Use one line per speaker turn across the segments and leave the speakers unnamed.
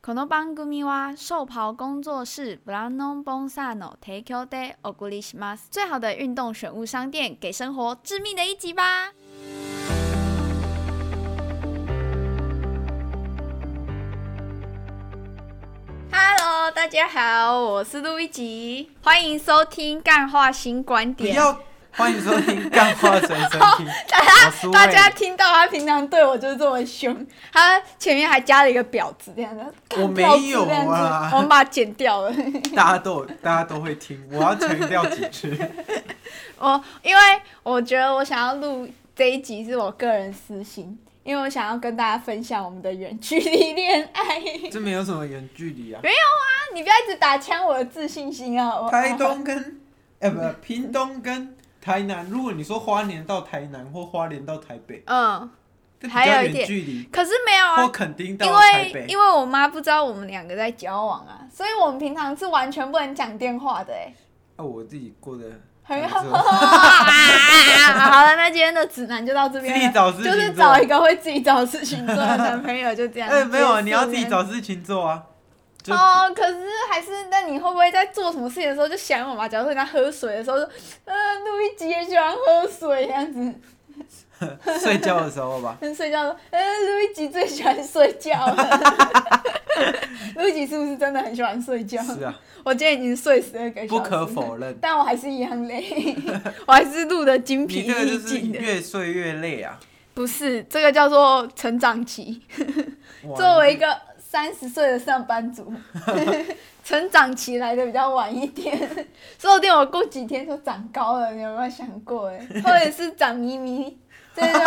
この番組は寿袍工作室ブランドボンサーの提供でお送りします。最好的运动选物商店，给生活致命的一击吧！Hello，大家好，我是路易吉，欢迎收听《干话新观
不
点》。
要，欢迎收 听《干话随身听》
大
我是
家
魏
大家听到他平常对我就是这么凶，他前面还加了一个婊子这样的，
我
干
没
婊子
有
这样子
啊
我们把它剪掉了。
大家都有大家都会听，我要强调几 次。
我哦因为我觉得我想要录这一集是我个人私心，因为我想要跟大家分享我们的远距离恋 爱。
这没有什么远距离啊，
你不要一直打枪我的自信心啊！我
台东跟哎不，屏东跟台南，如果你说花莲到台南或花莲到台北，
嗯，
这比
还
较
有一点
远距离，
可是没有啊
或，垦丁
因
到台
为
北
因。为我妈不知道我们两个在交往啊，所以我们平常是完全不能讲电话的哎、
啊，我自己过 得
很好。
不错
好了，那今天的指南就到这边了。
自己找事情
就
做
是找一个会自己找事情做的男朋友，就这样。
哎，没有，啊，你要
结
自
束
己找事情做啊。就
哦，可是还是，那你会不会在做什么事情的时候就想我嘛？假如说你在喝水的时候，就呃，路易吉也喜欢喝水这样子。
睡觉的时候 吧，
跟睡觉说，呃，路易吉最喜欢睡觉了。 路易吉是不是真的很喜欢睡觉？
是 啊，
我今天已经睡十二个小时。
不可否 认，
但我还是一样累， 我还是录的精疲
你这个
力
就是
尽的。
越睡越累啊。
不是，这个叫做成长期。
哇
作为一个三十岁的上班族，成长期来的比较晚一点，说不定我过几天就长高了，你有没有想过？哎，或者是长咪咪，这就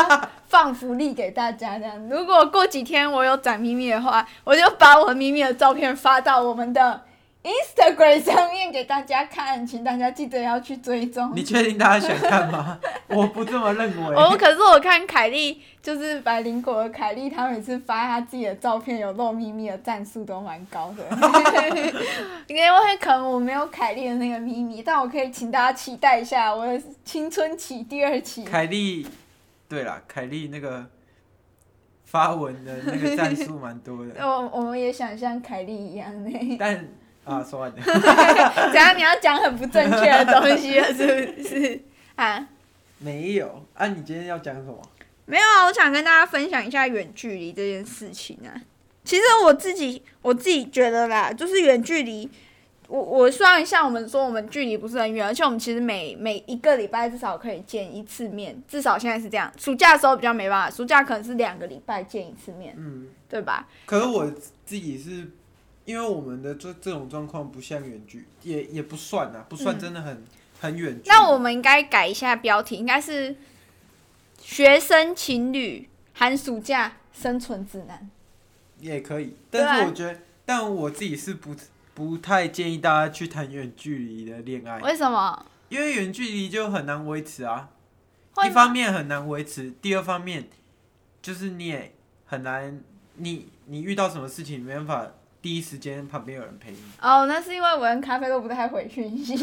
放福利给大家这样。如果过几天我有长咪咪的话，我就把我咪咪的照片发到我们的 Instagram 上面给大家看，请大家记得要去追踪。
你确定大家想看 吗？我不这么认为。
哦，可是我看凯莉，就是百灵果的凯莉，她每次发她自己的照片有露咪咪的赞数都蛮高的， 因为可能我没有凯莉的那个咪咪，但我可以请大家期待一下我的青春期第二期。
凯莉，对啦，凯莉那个发文的那个战术蛮 多的，
我哦我们也想像凯莉一样欸 呢，
但啊，说完了，
只要你要讲很不正确的东西了，是不是啊？
没有啊。你今天要讲什么？
没有啊，我想跟大家分享一下远距离这件事情啊。其实我自己我自己觉得啦，就是远距离，我我虽然像我们说我们距离不是很远，而且我们其实每每一个礼拜至少可以见一次面，至少现在是这样。暑假的时候比较没办法，暑假可能是两个礼拜见一次面，
嗯，
对吧？
可是我自己是因为我们的这这种状况不像远距，也也不算啊，不算
嗯
真的很、很远距。
那我们应该改一下标题，应该是学生情侣寒暑假生存指南。
也可以，
对啊
但是我觉得，但我自己是不不太建议大家去谈远距离的恋爱，
为什么？
因为远距离就很难维持啊。
会
一
吗
方面很难维持，第二方面就是你也很难，你你遇到什么事情没办法第一时间旁边有人陪你。
哦，那是因为我跟咖啡都不太回讯息，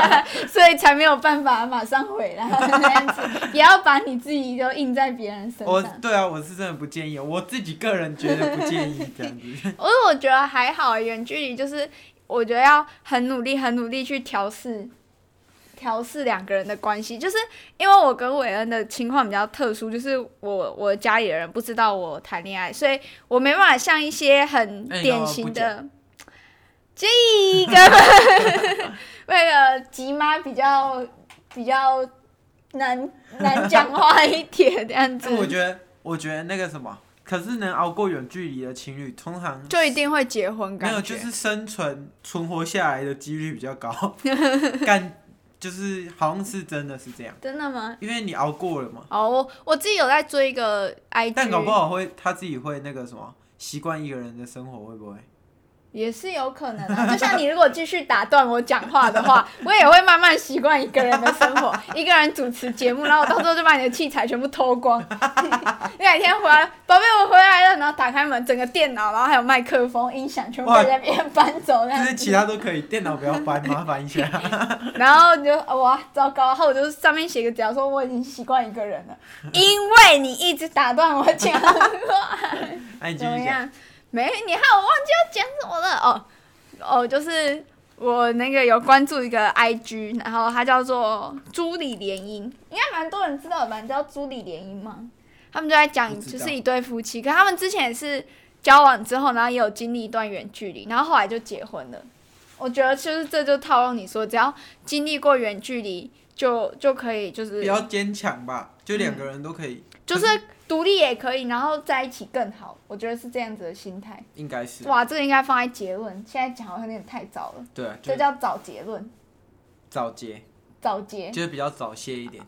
所以才没有办法马上回来。 那样子也要把你自己就印在别人身
我
上。
对啊，我是真的不建议，我自己个人觉得不建议这样 子。
我我觉得还好，远距离就是我觉得要很努力、很努力去调试。调试两个人的关系，就是因为我跟韦恩的情况比较特殊，就是我我家里的人不知道我谈恋爱，所以我没办法像一些很
哎那你干
典
嘛不
型的这 个那个吉妈比较比较难难讲话一点这样
哎但我
子，
觉得，我觉得那个什么，可是能熬过远距离的情侣，通常
就一定会结婚感
没
觉。
有就是生存存活下来的几率比较 高。干就是好像是真的是这样，
真的吗？
因为你熬过了嘛。
哦，我我自己有在追一个 IG，
但搞不好会他自己会那个什么习惯一个人的生活，会不会？
也是有可能啊。就 像你如果继续打断我讲话的 话，我也会慢慢习惯一个人的生活，一个人主持节目，然后我到时候就把你的器材全部偷光。 你哪天回来，宝贝，我回来了，然后打开门，整个电脑，然后还有麦克风、音响，全部
哇
被那边搬走，这样
就
子
是其他都可以，电脑不要翻，麻烦一下。
然后你就哇糟糕，然后我就上面写个假说我已经习惯一个人了，因为你一直打断我讲话，
哎，你继
怎么
续讲。
样？没，你害我忘记要讲哦哦，就是我那个有关注一个 IG，然后它叫做朱莉联姻，应该蛮多人知道的吧？你知道朱莉联姻吗？他们就在讲
不知
就
道
是一对夫妻，可他们之前也是交往之后，然后也有经历一段远距离，然后后来就结婚了。我觉得就是这就套用你说，只要经历过远距离，就就可以就是
比较坚强吧，就两
嗯
个人都可以，
就是独立也可以，然后在一起更好。我觉得是这样子的心态。
应该是
哇，这个应该放在结论，现在讲好像有点太早了，
对啊，就
这叫早结论，
早结，
早结，
就是比较早泄 一点，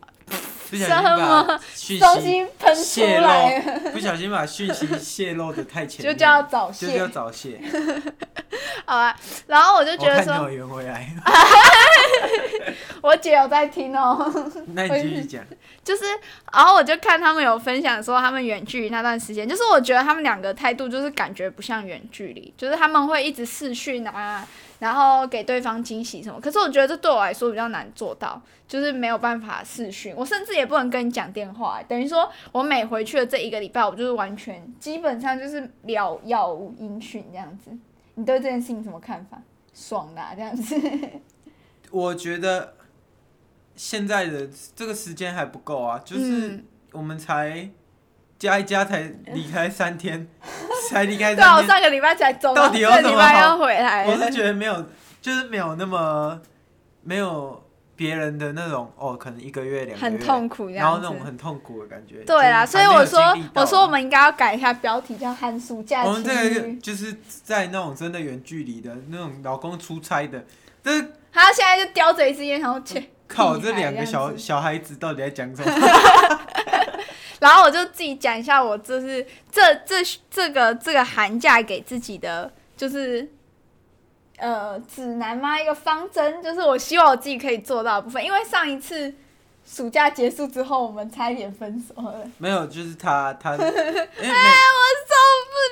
不小
什
心把
么
讯
东
息
西喷出
泄
来了，
露，不小心把讯息泄露的太前
就
面，
叫早
就
泄
叫。早泄。
好啊，然后 我就觉
我
得
看到
说，
有圆 回来，
我姐有在听哦，
那你继续讲。
就是，然后我就看他们有分享说他们远距离那段时间，就是我觉得他们两个态度就是感觉不像远距离，就是他们会一直视讯啊，然后给对方惊喜什么。可是我觉得这对我来说比较难做到，就是没有办法视讯，我甚至也不能跟你讲电话、等于说我每回去的这一个礼拜，我就是完全基本上就是了杳无音讯这样子。你对这件事情什么看法？爽啦、这样子，
我觉得现在的这个时间还不够啊，就是
嗯、
我们才加一加才离开 三天，才离开
对啊，我
三天，
上个礼拜才走，
哎到
到
底
这
有
个
什
礼
么
拜
好
要回来
我
了
是觉得没有，就是没有那么没有别人的那种哦，可能一个月两个
很
月，
痛苦这
然后
样
那
子。
种很痛苦的感觉。
对啦，
就
所
是
以
还没有
我说
经历，
我
到啊
说我们应该要改一下标题，叫寒暑假
我们这
情
个
侣。
就是在那种真的远距离的那种老公出差的，这
他现在就叼着一支烟，然后切。
靠
屁
这
孩
两
这
个
样
小
子
小孩子到底在讲什么？
然后我就自己讲一下，我就是这这这个这个寒假给自己的就是。呃，指南吗？一个方针，就是我希望我自己可以做到的部分。因为上一次暑假结束之后，我们差一点分手了，哎
没有，就是他 他，因为没
不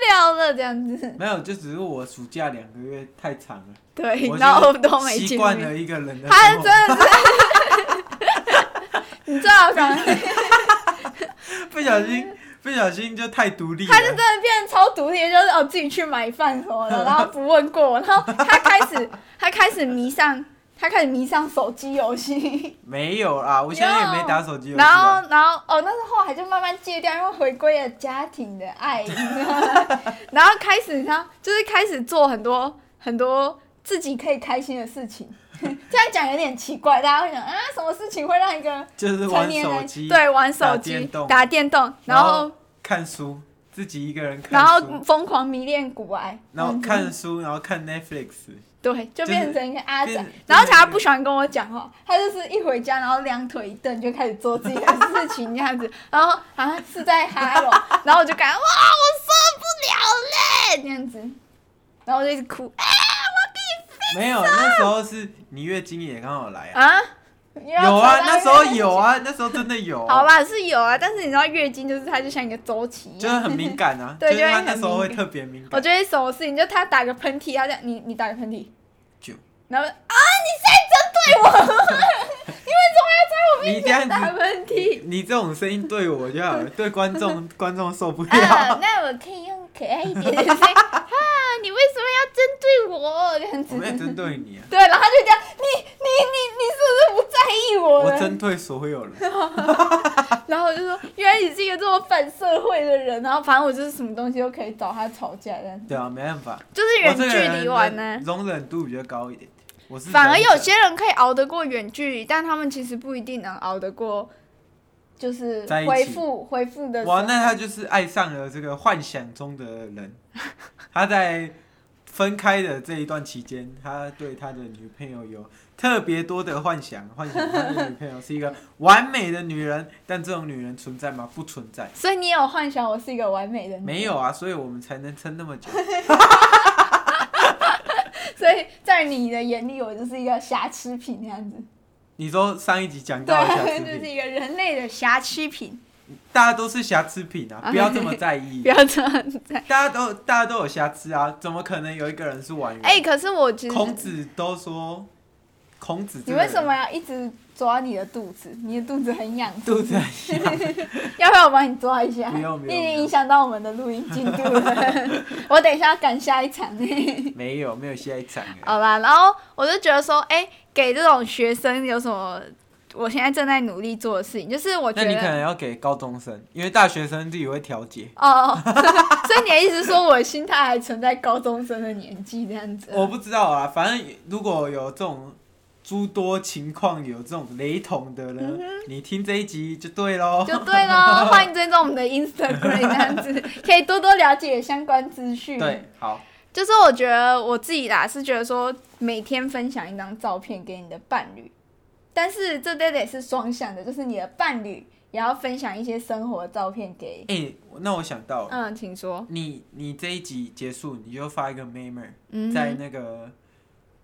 了了这样子。
没有，就只是我暑假两个月太长了。
对
我，
然后
就
我们都没
习
见
惯
面。
了一个 人的
他
生
真
活，
的是，你最好赶快
不小心不小心就太独立了
他。是真的变得超独立，就是哦自己去买饭什么的，然后不问过我，然后他开始他开始迷上他开始迷上手机游 戏，
没有啦，我现在也没打手机游戏
然
啊。
后然后哦那时候还就慢慢戒掉，因为回归了家庭的爱，你知道吗然后开始你知道就是开始做很多很多自己可以开心的事情。 这样讲有点奇怪，大家会想啊，什么事情会让一个
就是
成
玩
年
手
人
机，
对玩手
打
机
电动
打电动，然
然
后
后看书，自己一个人
然
看
后
书，
疯狂迷恋古玩，
然后
嗯
看书，然后看 Netflix，
对，就
就是
变成一个阿
变
宅
成。
然后他不喜欢跟我讲话，他就是一回家，然后两腿一蹬就开始做自己的事情这样子，然后好像是在哈喽，然后我就感觉哇，我受不了嘞这样子，然后我就一直哭
没有，那时候是你月经也刚 好来啊，
啊。
有啊，那时候有
啊。
啊，那时候真的有，
好，吧，是有啊，但是你知道月经就是它就像一个周期一
就是
样，
很敏感啊，
对
就是他
就会很
那时候
敏
会
感
特别敏
我
感，
觉得什么事情，就他打个喷嚏，他这样，你你打个喷嚏，
就
然后啊，你现在针对我，
你这 样
打
子，
喷嚏。
你这种声音对我就好了，对观 众观众受不
啊，
了。
那我可以用可爱一点的声音啊，你为什么要针对我这样
我没有
子？
针对你啊，
对，然后他就讲你你你你是不是不在意我
我
了？
针对所有人，
然后我就说，原来你是一个这么反社会的人。然后反正我就是什么东西都可以找他吵架这样子
对啊，没办法，
就是
我
远
这个
距离
人
玩呢、啊
的容忍度比较高一点。我是
反而
忍
有
者
些人可以熬得过远距离，但他们其实不一定能熬得过，就是
在一起
恢复恢复的时候。
哇，那他就是爱上了这个幻想中的 人。他在分开的这一段期间，他对他的女朋友有特别多的幻想，幻想他的女朋友是一个完美的女人。但这种女人存在吗？不存在，
所以你有幻想我是一个完美的女人
没有啊，所以我们才能撑那么久。
所以在你的眼里，我就是一个瑕疵品那样子。
你说上一集讲到的瑕疵
对，就是
品，
一个人类的瑕疵品，
大家都是瑕疵品啊，不要这么在意
不。要这样在。
大家都大家都有瑕疵啊，怎么可能有一个人是完人？
哎哎、可是我其实，
孔子都说，孔子
你
这个人
为什么要一直抓你的肚子，你的肚子很痒，
肚子很
要不要我帮你抓一下？
不用不
你
用
已经
不用
影响到我们的录音进度 了。我等一下要赶下一场。
没有没有下一场了。
好啦，然后我就觉得说，哎、给这种学生有什么？我现在正在努力做的事情，就是我觉
那你可
得。
能要给高中生，因为大学生自己会调节。
哦， 所以你的意思是说，我的心态还存在高中生的年纪这样子？
我不知道啊，反正如果有这种诸多情况有这种雷同的呢，你听这一集就对喽。
嗯就对 了，欢迎追踪我们的 Instagram 这样子，可以多多了解相关资讯。，
对，好，
就是我觉得我自己啦，是觉得说每天分享一张照片给你的伴侣，但是这得得是双向的，就是你的伴侣也要分享一些生活照片给。
哎、那我想到了，
嗯，请说。
你你这一集结束，你就发一个 meme
嗯，
在那个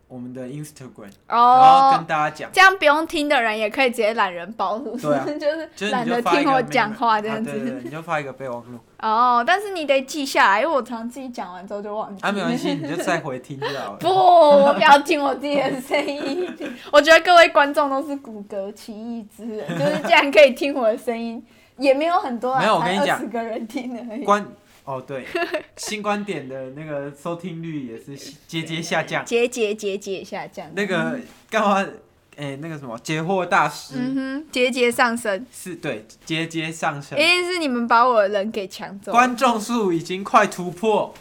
我们的 Instagram，、然后
哦
跟，大家讲，
这样不用听的人也可以直接懒人包，是不是？
对啊就
就是是
你
懒
就
得
发一
听
个
我
meme
讲话这样
啊对对
子。
对，你就发一个备忘录，
哦，但是你得记下来，因为我常自己讲完之后就忘记。
啊，没关系，你就再回听就好
不，
了。
我不要听我自己的声音。 我觉得各位观众都是骨骼奇异之人， 就是竟然可以听我的声音，也没有很多啊，
没有我跟你讲
十个人听而已。
观哦对，新观点的那个收听率也是节节下降。
节节节节下降，
那个干嘛？哎、那个什么解惑大师、
嗯哼，节节上升，
是对节节上升
一，定是你们把我的人给抢走，
观众数已经快突破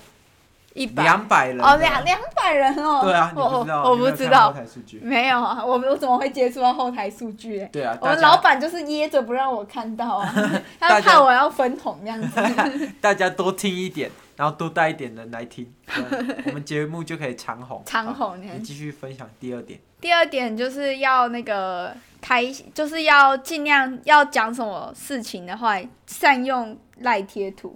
一百
两百人了
哦，两两百人哦，
啊对啊，你
我
不知道，
我我
你没
不
有
知
看
道
后，台数据，
没有啊，我我怎么会接触到后台数据欸？
对啊，
我
大
们老
家
板就是噎着不让我看到 啊，
大
他
家
怕我要分红这样 子。
大家多听一点，然后多带一点人来 听，这样我们节目就可以长红。
长
好，
红这样
你继续分享第二点，
第二点就是要那个开，就是要尽量要讲什么事情的话，善用赖贴图。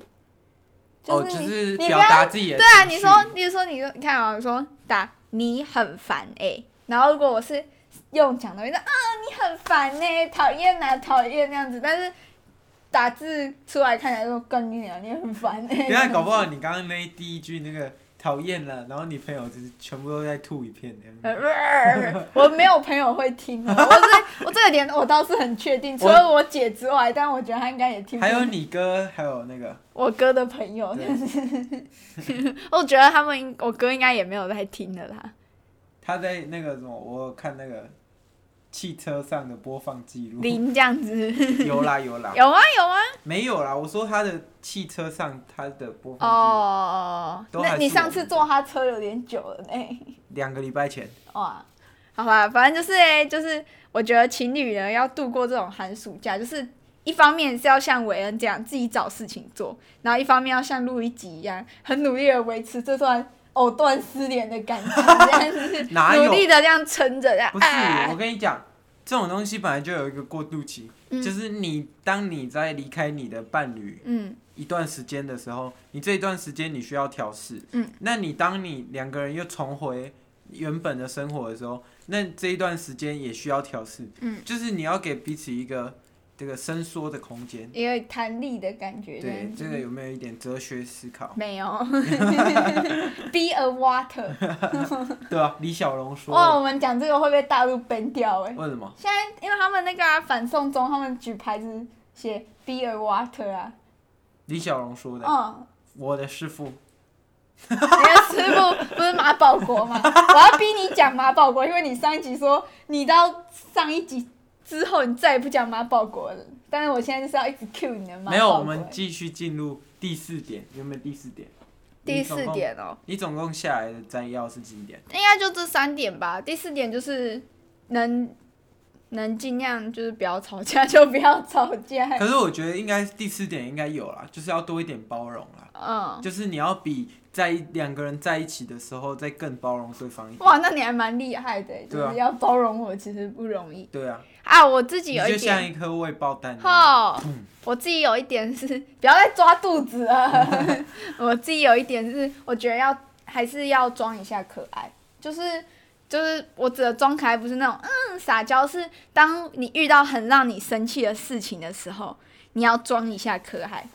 哦，
是
就
你、
是
你不
表
要
达自己的
对啊，
情
你
绪
说，你说，你说，你看啊，你说打你很烦哎、然后如果我是用讲的，我就说啊你很烦哎、讨厌啊，讨厌那样子，但是打字出来看起来就更虐啊，你很烦哎、
等一下搞不好你刚刚那第一句那个讨厌了，然后你朋友就是全部都在吐一片这样子。
呃我没有朋友会听 啊，我这我这个点我倒是很确定，除了我姐之外，但我觉得她应该也听。
还有你哥，还有那个，
呃我哥的朋友，
对
我觉得他们应我哥应该也没有在听 的啦。
他在那个什么，我有看那个汽车上的播放记录，
零这样子，
有啦有啦，
有啊有啊。
没有啦，我说他的汽车上他的播放
哦，
都还
那
是
你上
我
次
们
坐他车有点久了呢、
记录，两个礼拜前，
哇，好吧，反正就是哎、就是我觉得情侣呢要度过这种寒暑假，就是一方面是要像韦恩这样自己找事情做，然后一方面要像路易吉一样很努力的维持这段藕断丝连的感情，这样子
哪有
努力的这样撑着，这样
不是，我
哎，
跟你讲，这种东西本来就有一个过渡期，
嗯
就是你当你在离开你的伴侣
嗯
一段时间的时候，你这一段时间你需要调试，
嗯，
那你当你两个人又重回原本的生活的时候，那这一段时间也需要调试，
嗯，
就是你要给彼此一个这个伸缩的空间。
也有弹力的感觉，这
对
样，子
这个有没有一点哲学思 考？
没 有，be a water。
对啊，李小龙说
哇，
的，
我们讲这个会被大陆 ban 掉哎、
为什么？
现在因为他们那个、啊、反送中，他们举牌子写 “Be a water” 啊，
李小龙说的，
嗯，
我的师傅，
人家师傅不是马保国吗？我要逼你讲马保国，因为你上一集说你到上一集之后你再也不讲马保国了，但是我现在就是要一直 cue 你的马保国。
没有，我们继续进入第四点，有没有第四点？
第四点哦、
你总共，你总共下来的摘要是几点？
应该就这三点吧。第四点就是能能尽量就是不要吵架就不要吵架，
可是我觉得应该第四点应该有啦，就是要多一点包容啦，
嗯。
就是你要比在两个人在一起的时候再更包容对方一点。
哇，那你还蛮厉害的欸，
对
就
啊
是要包容我，其实不容易
对啊，
啊。我自己
你
有
就
一
像
点，
一颗未爆弹一样。
哦，我自己有一点是 不要再抓肚子了。 我自己有一点是，我觉得要还是要装一下可爱，就是就是我指的装可爱，不是那种嗯撒娇，是当你遇到很让你生气的事情的时候，你要装一下可爱。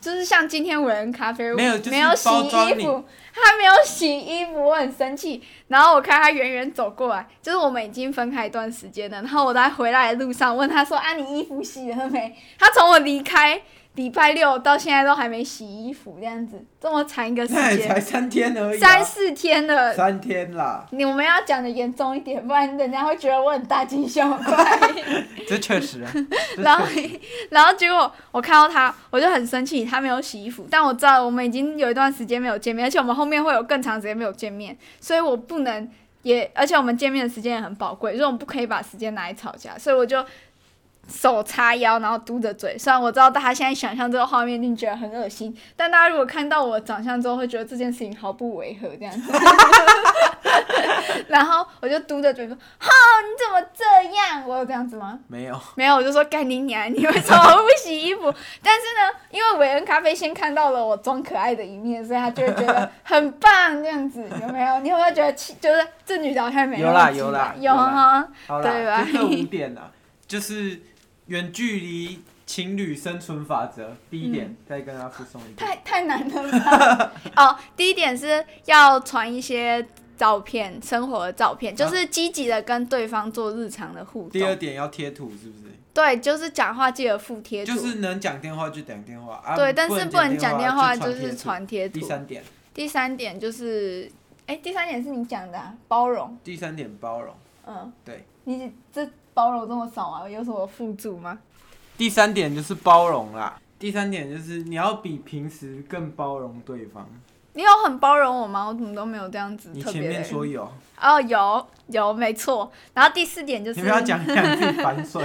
就是像今天伟人咖啡屋
没有就是
没有洗
包装
衣
你
服，他没有洗衣服，我很生气。然后我看他远远走过来，就是我们已经分开一段时间了。然后我在回来的路上问他说：“啊，你衣服洗了没？”他从我离开礼拜六到现在都还没洗衣服，这样子这么长一个时
那 也
间，
才三天而已、
三
啊，
四天了。
三天啦，
你我们要讲的严重一点，不然人家会觉得我很大惊小怪。
这确实啊，这
然后
确实，
然后结果我看到他，我就很生气，他没有洗衣服。但我知道我们已经有一段时间没有见面，而且我们后面会有更长时间没有见面，所以我不能也，而且我们见面的时间也很宝贵，所以我们不可以把时间拿来吵架。所以我就手叉腰，然后嘟着嘴。虽然我知道大家现在想象这个画面一定觉得很恶心，但大家如果看到我长相之后，会觉得这件事情毫不违和这样子。 然后我就嘟着嘴说：“哼，你怎么这样？”我有这样子吗？
没有，
没有，我就说干你娘！你为什么不洗衣服？ 但是呢，因为韦恩咖啡先看到了我装可爱的一面，所以他就会觉得很棒这样子，有没有？你有没有觉得气？就是这女的好像没
有啦
问题
有啦
吧
有
有啊
啦
哈，
好
对
啦，
吧
就这五点啦，就是远距离情侣生存法则第一
嗯
点，再跟他附送一遍，
太太难了吧？ 哦，第一点是要传一些照片，生活的照片，就是积极的跟对方做日常的互
啊第二
动。
点要贴图，是不是？
对，就是讲话记得附贴图。
就是能讲电话就讲电话啊，
对，但是
不能
讲
电
电话，
就
就是
贴图。
传贴
第
图。
三点，
第三点就是，哎、第三点是你讲的、啊、包容，
第三点包容，
嗯，
对。
你这包容这么少啊？有什么辅助吗？
第三点就是包容啦。第三点就是你要比平时更包容对方。
你有很包容我吗？我怎么都没有这样子
你
特
前
别
面
的。
说有，
哦，有有，没错。然后第四点就是
你不，要讲讲自己反水。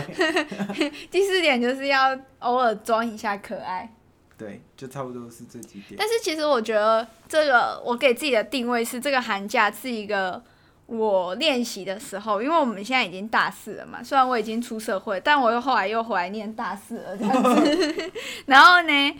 第四点就是要偶尔装一下可爱。
对，就差不多是这几点。
但是其实我觉得这个我给自己的定位是这个寒假是一个我练习的时候，因为我们现在已经大四了嘛，虽然我已经出社会，但我又后来又回来念大四了这样子。 然后呢，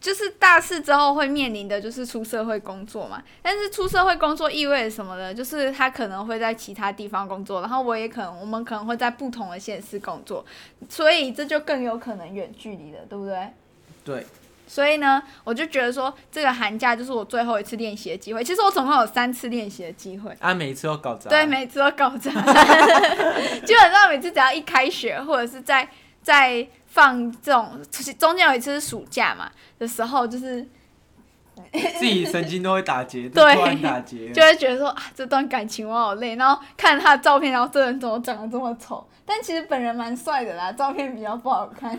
就是大四之后会面临的就是出社会工作嘛，但是出社会工作意味着什么呢？就是他可能会在其他地方工作，然后我也可能我们可能会在不同的县市工作，所以这就更有可能远距离了，对不对？
对，
所以呢，我就觉得说，这个寒假就是我最后一次练习的机会。其实我总共有三次练习的机会，
啊，每次都搞砸。
对，每次都搞砸。基本上每次只要一开学，或者是在在放这种，中间有一次是暑假嘛的时候，就是
自己神经都会打结，
对
突然打结。
就会觉得说啊，这段感情我好累。然后看他的照片，然后这人怎么长得这么丑？但其实本人蛮帅的啦，照片比较不好看，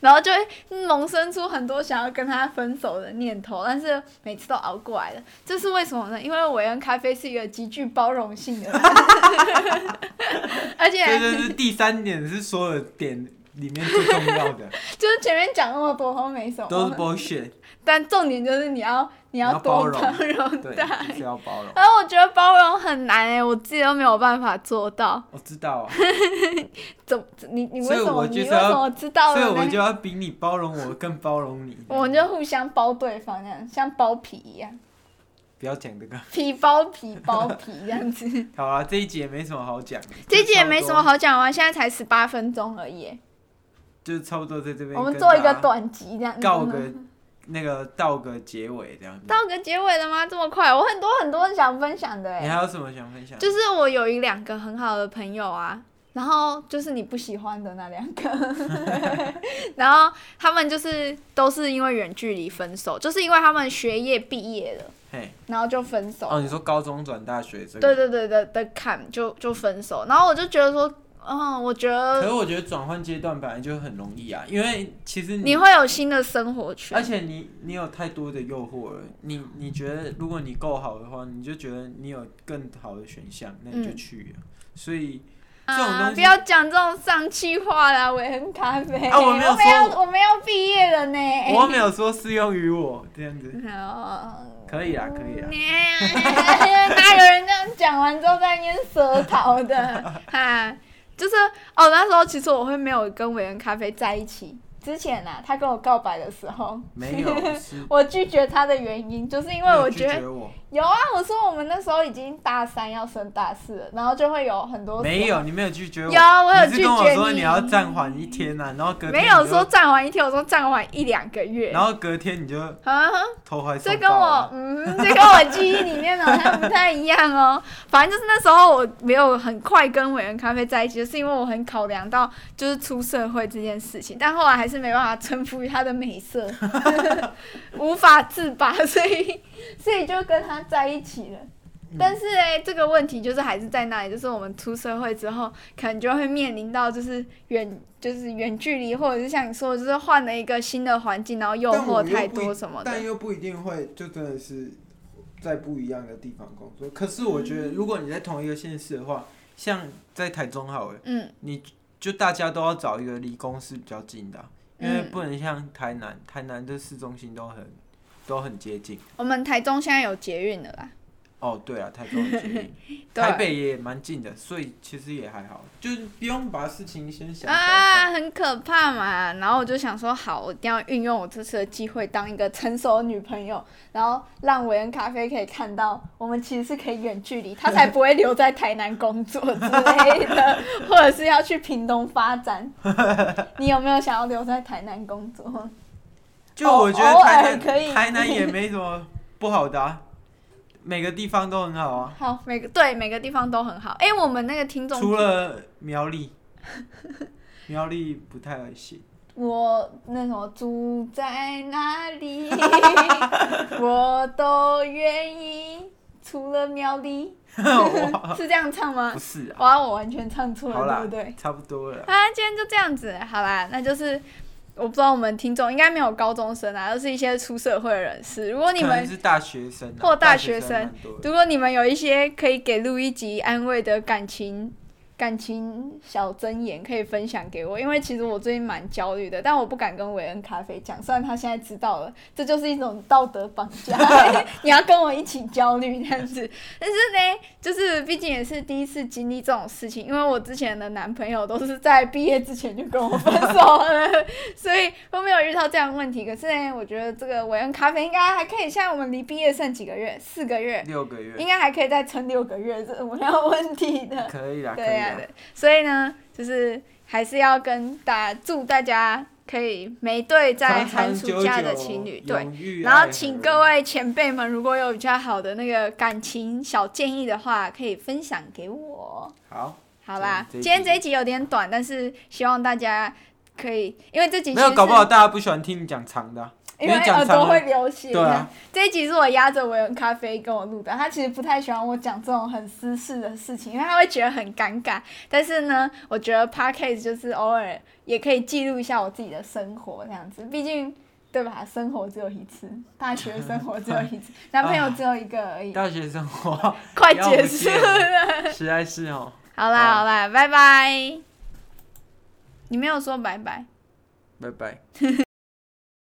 然后就嗯会萌生出很多想要跟他分手的念头，但是每次都熬过来了。这是为什么呢？因为韦恩咖啡是一个极具包容性的 人，而且
这就是第三点，是所有点里面最重要 的，
就是前面讲那么多都没什
都是
么，
bullshit。
但重点就是你要你
你
要
要包
多
容
包容
对，
他。
就是要包容。
然后我觉得包容很难哎、我自己都没有办法做到。
我知道啊，
怎么你你
所
为
以
什么
我
你
就
为
是要
什么知道
所以
了
我
呢？
就要比你包容我，更包容你。
我们就互相包对方这样，像包皮一样，
不要讲这个。
皮包皮包皮这样子。
好啊，这一集也没什么好讲的，
这一集也没什么
好，
好讲完，现在才十八分钟而已，
就是差不多在这边
我们
跟
做一
大
个
家
短集这样子。
告个那个到个结尾这样子。
到个结尾了吗？这么快？我很多很多想分享的
你
哎，
还有什么想分享？
就是我有一两个很好的朋友啊。然后就是你不喜欢的那两个， 然后他们就是都是因为远距离分手，就是因为他们学业毕业了，
嘿，
然后就分手了。
哦，你说高中转大学这个？
对对对的的坎就就分手，然后我就觉得说，嗯，我觉
可是
得
我觉得转换阶段本来就很容易啊，因为其实
你会有新的生活
而
圈，
且你你有太多的诱惑了，你你觉得如果你够好的话，你就觉得你有更好的选项，那你就
嗯
去、啊。所以这种东
啊，
西
不要讲这种丧气话啦，伟恒咖啡，
啊我
我
没有
们要
说
我们要毕业了呢，哎
我没有说适用于我这 样子，
哦
可以啦，啊可以啦。
嗯哎哪有人这样讲完之后在那边舌头 的？哈，就是哦，那时候其实我会没有跟伟恩咖啡在一起，之前啊，他跟我告白的时候，
没有，是
我拒绝他的原因，就是因为
没有
我
拒
觉得
绝我，
有啊，我说我们那时候已经大三要升大四了，然后就会有很多
没有，你没有拒绝我。
有啊我有
你
拒
是跟我
绝
说你要暂缓一天呐、啊，然后隔天
没
你就
有说，暂缓一天，我说暂缓一两个月。
然后隔天你就
啊，
投怀
这
送
跟
抱
我
了。
嗯，这跟我记忆里面 好像不太一样哦。反正就是那时候我没有很快跟伟人咖啡在一起，就是因为我很考量到就是出社会这件事情，但后来还是没办法臣服于他的美 色，无法自拔，所以所以就跟他在一起了。
嗯
但是哎、这个问题就是还是在那里，就是我们出社会之后，可能就会面临到就是远就是远距离，或者是像你说的，就是换了一个新的环境，然后诱
但我
惑
又不
太
一
多什么的
但。又不一定会，就真的是在不一样的地方工作。可是我
嗯
觉得，如果你在同一个县市的话，像在台中好了，
嗯，
你就大家都要找一个离公司比较近的啊、因为
嗯
不能像台南，台南的市中心都很都很接近。
我们台中现在有捷运了啦，
哦，对啊，台中很接近，
对
台北也蛮近的，所以其实也还好，就是不用把事情先想
啊，很可怕嘛。然后我就想说，好，我一定要运用我这次的机会，当一个成熟的女朋友，然后让韦恩咖啡可以看到，我们其实是可以远距离，他才不会留在台南工作之类的， 或者是要去屏东发展。你有没有想要留在台南工作？
就我觉得
哦偶
台
偶尔可以
南台 南也没什么不好的、啊，每个地方都很好啊，
好，每个对每个地方都很好。哎、我们那个听众
除了苗 栗，苗栗不太行。
我那什么住在哪 里，我都愿意，除了苗栗，
哇
是这样唱吗
不？是啊，
哇，我完全唱错
好
了，
啦，
对不对？
差不多了啦。
啊，今天就这样子，好啦，那就是我不知道我们听众应该没有高中生啊，都是一些出社会的人士。如果你
可能
们
是大学生、啊、
或大
大
学生
生蛮多的，
如果你们有一些可以给录一集安慰的感情感情小箴言，可以分享给我，因为其实我最近蛮焦虑的，但我不敢跟韦恩咖啡讲，虽然他现在知道了，这就是一种道德绑架，你要跟我一起焦虑这样子。但是呢，就是毕竟也是第一次经历这种事情，因为我之前的男朋友都是在毕业之前就跟我分手了，所以都没有遇到这样的问题。可是呢，我觉得这个韦恩咖啡应该还可以，现在我们离毕业剩几个月？四个月。
六个月
应该还可以再撑六个月，这没有问题 的。
可以啦，啊可
对
以
呀、
啦。
对，所以呢，就是还是要跟大家祝大家可以每对在
长
寒
长
暑
久
假
久
的情侣对。
永浴
然
爱
后，
河
请各位前辈们，如果有比较好的那个感情小建议的话，可以分享给我。
好，
好啦，
这
今
一集
天这一集有点短，但是希望大家可以，因为这集
没有
其实
搞不好
是
大家不喜欢听你讲长的啊、
因为
你讲
耳
长
朵
了
会流血。
对啊，
这一集是我压着维恩咖啡跟我录的，他其实不太喜欢我讲这种很私事的事情，因为他会觉得很尴尬。但是呢，我觉得 podcast 就是偶尔也可以记录一下我自己的生活这样子，毕竟对吧？生活只有一次，大学生活只有一 次，男朋友只有一个而已，
大学生活
快
要
结
不
束
见
了。
实在是哦。
好啦
好
好啦，拜拜。你没有说拜拜。
拜拜。